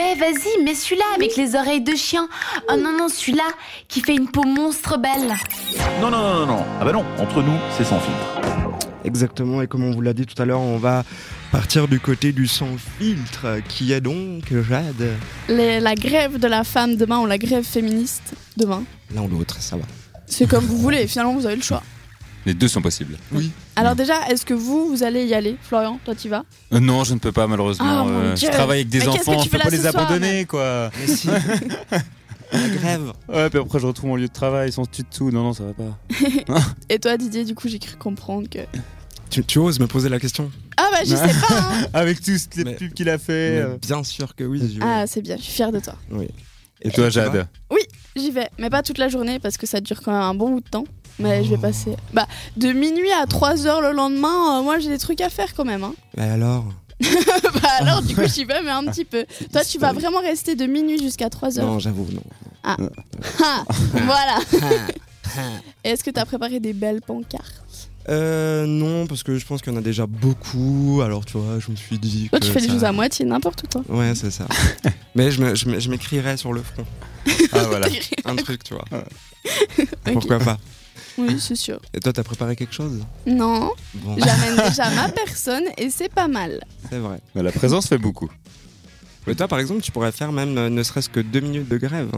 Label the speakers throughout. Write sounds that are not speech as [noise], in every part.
Speaker 1: Eh, vas-y, mets celui-là avec les oreilles de chien. Oh non, non, celui-là qui fait une peau monstre belle.
Speaker 2: Non, non, non, non, non. Ah bah non, entre nous, c'est sans filtre.
Speaker 3: Exactement, et comme on vous l'a dit tout à l'heure, on va partir du côté du sans filtre, qui est donc Jade.
Speaker 4: Les- la grève de la femme demain ou la grève féministe demain.
Speaker 3: L'un ou l'autre, ça va.
Speaker 4: C'est comme vous voulez, finalement vous avez le choix.
Speaker 5: Les deux sont possibles.
Speaker 4: Alors déjà, est-ce que vous, vous allez y aller Florian, toi tu vas
Speaker 5: Euh, non, je ne peux pas malheureusement.
Speaker 4: Ah, mon
Speaker 5: euh, je
Speaker 4: Dieu.
Speaker 5: travaille avec des
Speaker 4: Mais qu'est-ce que
Speaker 5: enfants,
Speaker 4: tu
Speaker 5: je
Speaker 4: fais là
Speaker 5: peux pas
Speaker 4: ce
Speaker 5: les
Speaker 4: soir,
Speaker 5: abandonner quoi.
Speaker 3: Mais si, [laughs] la grève.
Speaker 5: Ouais, puis après je retrouve mon lieu de travail sans tutu. Non, non, ça va pas.
Speaker 4: Et toi Didier, du coup j'ai cru comprendre que...
Speaker 3: Tu, tu oses me poser la question
Speaker 4: Ah bah je sais pas hein
Speaker 5: [laughs] [laughs] Avec tous les
Speaker 3: Mais-
Speaker 5: pubs qu'il a fait.
Speaker 3: Mais
Speaker 5: euh.
Speaker 3: Bien sûr que oui. je-
Speaker 4: Ah c'est bien, je suis fière de toi.
Speaker 3: oui.
Speaker 5: Et toi,
Speaker 3: puis, tu
Speaker 5: Jade
Speaker 4: J'y vais, mais pas toute la journée parce que ça dure quand même un bon bout de temps. Mais je vais passer... Bah de minuit à 3h le lendemain, euh, moi j'ai des trucs à faire quand même. Hein. [laughs]
Speaker 3: vas- Mais alors
Speaker 4: bah alors du coup j'y vais mais un petit peu. Toi tu vas vraiment rester de minuit jusqu'à 3h. [laughs]
Speaker 3: Non, j'avoue, non. [laughs]
Speaker 4: voilà. Et est-ce que t'as préparé des belles pancartes
Speaker 3: Euh, non, parce que je pense qu'il y en a déjà beaucoup. Alors, tu vois, je me suis dit.
Speaker 4: Toi
Speaker 5: Euh,
Speaker 3: que
Speaker 4: tu fais les
Speaker 3: ça-
Speaker 4: choses à moitié, n'importe où toi.
Speaker 3: Ouais, c'est
Speaker 4: [laughs]
Speaker 3: ça. Mais je me- je me- je m'écrirais sur le front.
Speaker 5: Ah
Speaker 4: [laughs]
Speaker 5: voilà.
Speaker 3: Un truc, tu vois.
Speaker 4: Ok.
Speaker 3: Pourquoi pas
Speaker 4: Oui, c'est sûr.
Speaker 3: Et toi, t'as préparé quelque chose
Speaker 4: Non,
Speaker 3: Bon,
Speaker 4: j'amène déjà ma personne et c'est pas mal.
Speaker 3: c'est vrai.
Speaker 5: Mais la présence fait beaucoup.
Speaker 3: Mais toi, par exemple, tu pourrais faire même euh, ne serait-ce que deux minutes de grève.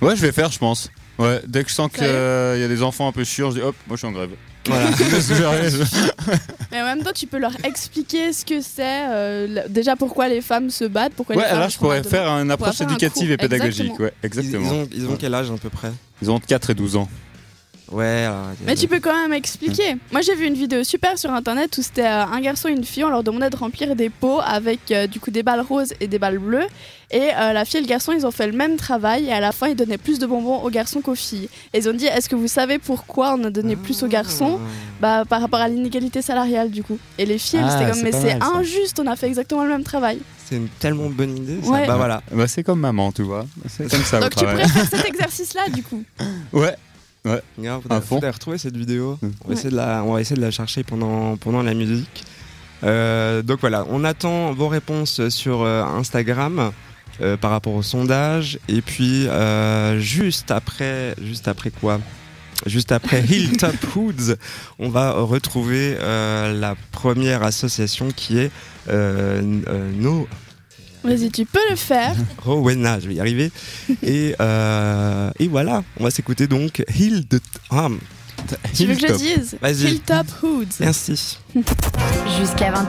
Speaker 5: Ouais, je vais faire, je pense. Ouais, dès que je sens qu'il
Speaker 4: Sérieux
Speaker 5: y a des enfants un peu chiants, je dis hop, moi je suis
Speaker 4: [laughs]
Speaker 5: en grève. [laughs]
Speaker 3: Voilà.
Speaker 4: Mais en même temps, tu peux leur expliquer ce que c'est, euh, la- déjà pourquoi les femmes se battent, pourquoi
Speaker 5: Ouais,
Speaker 4: les femmes
Speaker 5: alors je
Speaker 4: sont là
Speaker 5: pourrais faire une
Speaker 4: pourra
Speaker 5: approche
Speaker 4: faire un
Speaker 5: éducative
Speaker 4: cours.
Speaker 5: et pédagogique.
Speaker 4: Exactement.
Speaker 5: Ouais,
Speaker 3: Ils, ils
Speaker 5: exactement.
Speaker 3: ont, ils ont quel âge à peu près
Speaker 5: Ils ont entre 4 et 12 ans.
Speaker 3: Ouais. alors,
Speaker 4: Mais tu peux quand même expliquer.
Speaker 5: Mm.
Speaker 4: Moi, j'ai vu une vidéo super sur internet où c'était euh, un garçon et une fille. On leur demandait de remplir des pots avec euh, du coup des balles roses et des balles bleues. Et euh, la fille et le garçon, ils ont fait le même travail. Et à la fin, ils donnaient plus de bonbons aux garçons qu'aux filles. Et ils ont dit Est-ce que vous savez pourquoi on a donné plus aux garçons Bah, par rapport à l'inégalité salariale, du coup. Et les filles,
Speaker 3: Ah,
Speaker 4: c'était comme
Speaker 3: c'est
Speaker 4: Mais
Speaker 3: pas
Speaker 4: c'est
Speaker 3: mal, ça.
Speaker 4: injuste, on a fait exactement le même travail.
Speaker 3: C'est une tellement bonne idée. ça.
Speaker 4: Ouais.
Speaker 3: Bah voilà.
Speaker 5: Bah, c'est comme maman, tu vois. C'est comme ça Ah, au
Speaker 4: Donc, tu
Speaker 5: travail.
Speaker 4: pourrais faire cet exercice-là,
Speaker 3: [laughs]
Speaker 4: du coup.
Speaker 5: Ouais,
Speaker 3: Regarde,
Speaker 5: À
Speaker 3: faudrait,
Speaker 5: fond.
Speaker 3: faudrait retrouver cette vidéo.
Speaker 5: Mm.
Speaker 3: On, va essayer de la, on va essayer de la chercher pendant, pendant la musique. Euh, donc voilà, on attend vos réponses sur euh, Instagram euh, par rapport au sondage. Et puis euh, juste après, juste après quoi Juste
Speaker 5: [laughs]
Speaker 3: après Hilltop Hoods, on va retrouver euh, la première association qui est euh, n- euh, No
Speaker 4: Vas-y, tu peux le faire.
Speaker 3: Rowena, je vais y
Speaker 5: [laughs]
Speaker 3: arriver. Et, euh, et voilà, on va s'écouter donc Hill de. Ah,
Speaker 4: tu veux que je le dise
Speaker 3: Vas-y.
Speaker 4: Hilltop Hoods.
Speaker 3: Merci.
Speaker 1: Jusqu'à 21